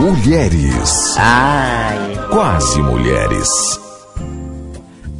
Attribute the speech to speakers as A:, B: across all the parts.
A: mulheres.
B: Ai.
A: Quase mulheres.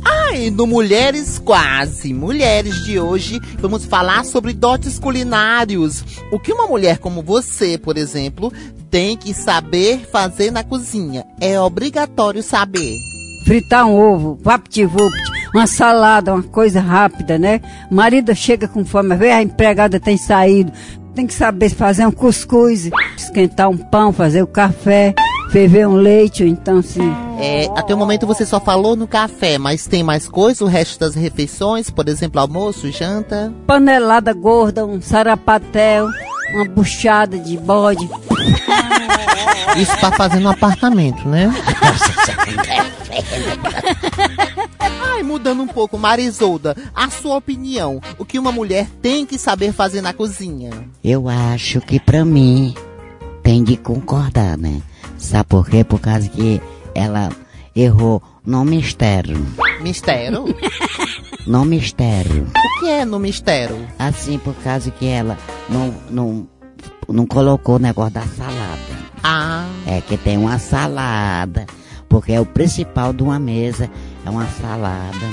B: Ai, no Mulheres Quase Mulheres de hoje, vamos falar sobre dotes culinários. O que uma mulher como você, por exemplo, tem que saber fazer na cozinha? É obrigatório saber.
C: fritar um ovo, vapt-vupt, uma salada, uma coisa rápida, né? O marido chega com fome, vê a empregada tem saído. Tem que saber fazer um cuscuz, esquentar um pão, fazer o café, ferver um leite, ou então se...
B: É, até o momento você só falou no café, mas tem mais coisa, o resto das refeições, por exemplo, almoço, janta.
C: Panelada gorda, um sarapatel, uma buchada de bode.
B: Isso pra fazer no apartamento, né? Ai, mudando um pouco, Marisolda, a sua opinião, o que uma mulher tem que saber fazer na cozinha?
D: Eu acho que pra mim tem de concordar, né? Sabe por quê? Por causa que ela errou no mistério.
B: Mistério? o
D: No mistério.
B: que é no mistério?
D: Assim, por causa que ela não, não, não colocou o negócio da salada.
B: Ah,
D: É que tem uma salada, porque é o principal de uma mesa, é uma salada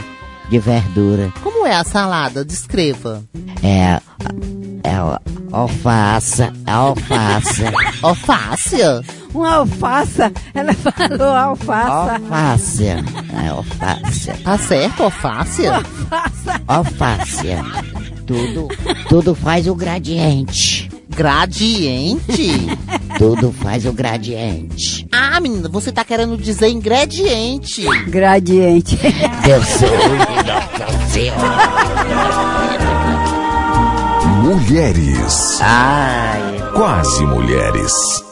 D: de verdura.
B: como é a salada? Descreva.
D: É, a- é a alface, é a alface,
B: Alface?
C: Uma alfaça, ela falou alfaça.
D: alface, é alface.
B: Tá certo, alface?
D: alface. Tudo, tudo faz o gradiente.
B: Gradiente?
D: Tudo faz o gradiente.
B: Ah, menina, você tá querendo dizer ingrediente.
C: Gradiente.
D: Deus Nossa Senhora.
A: Mulheres.
B: Ai.
D: Ah.
A: Quase mulheres.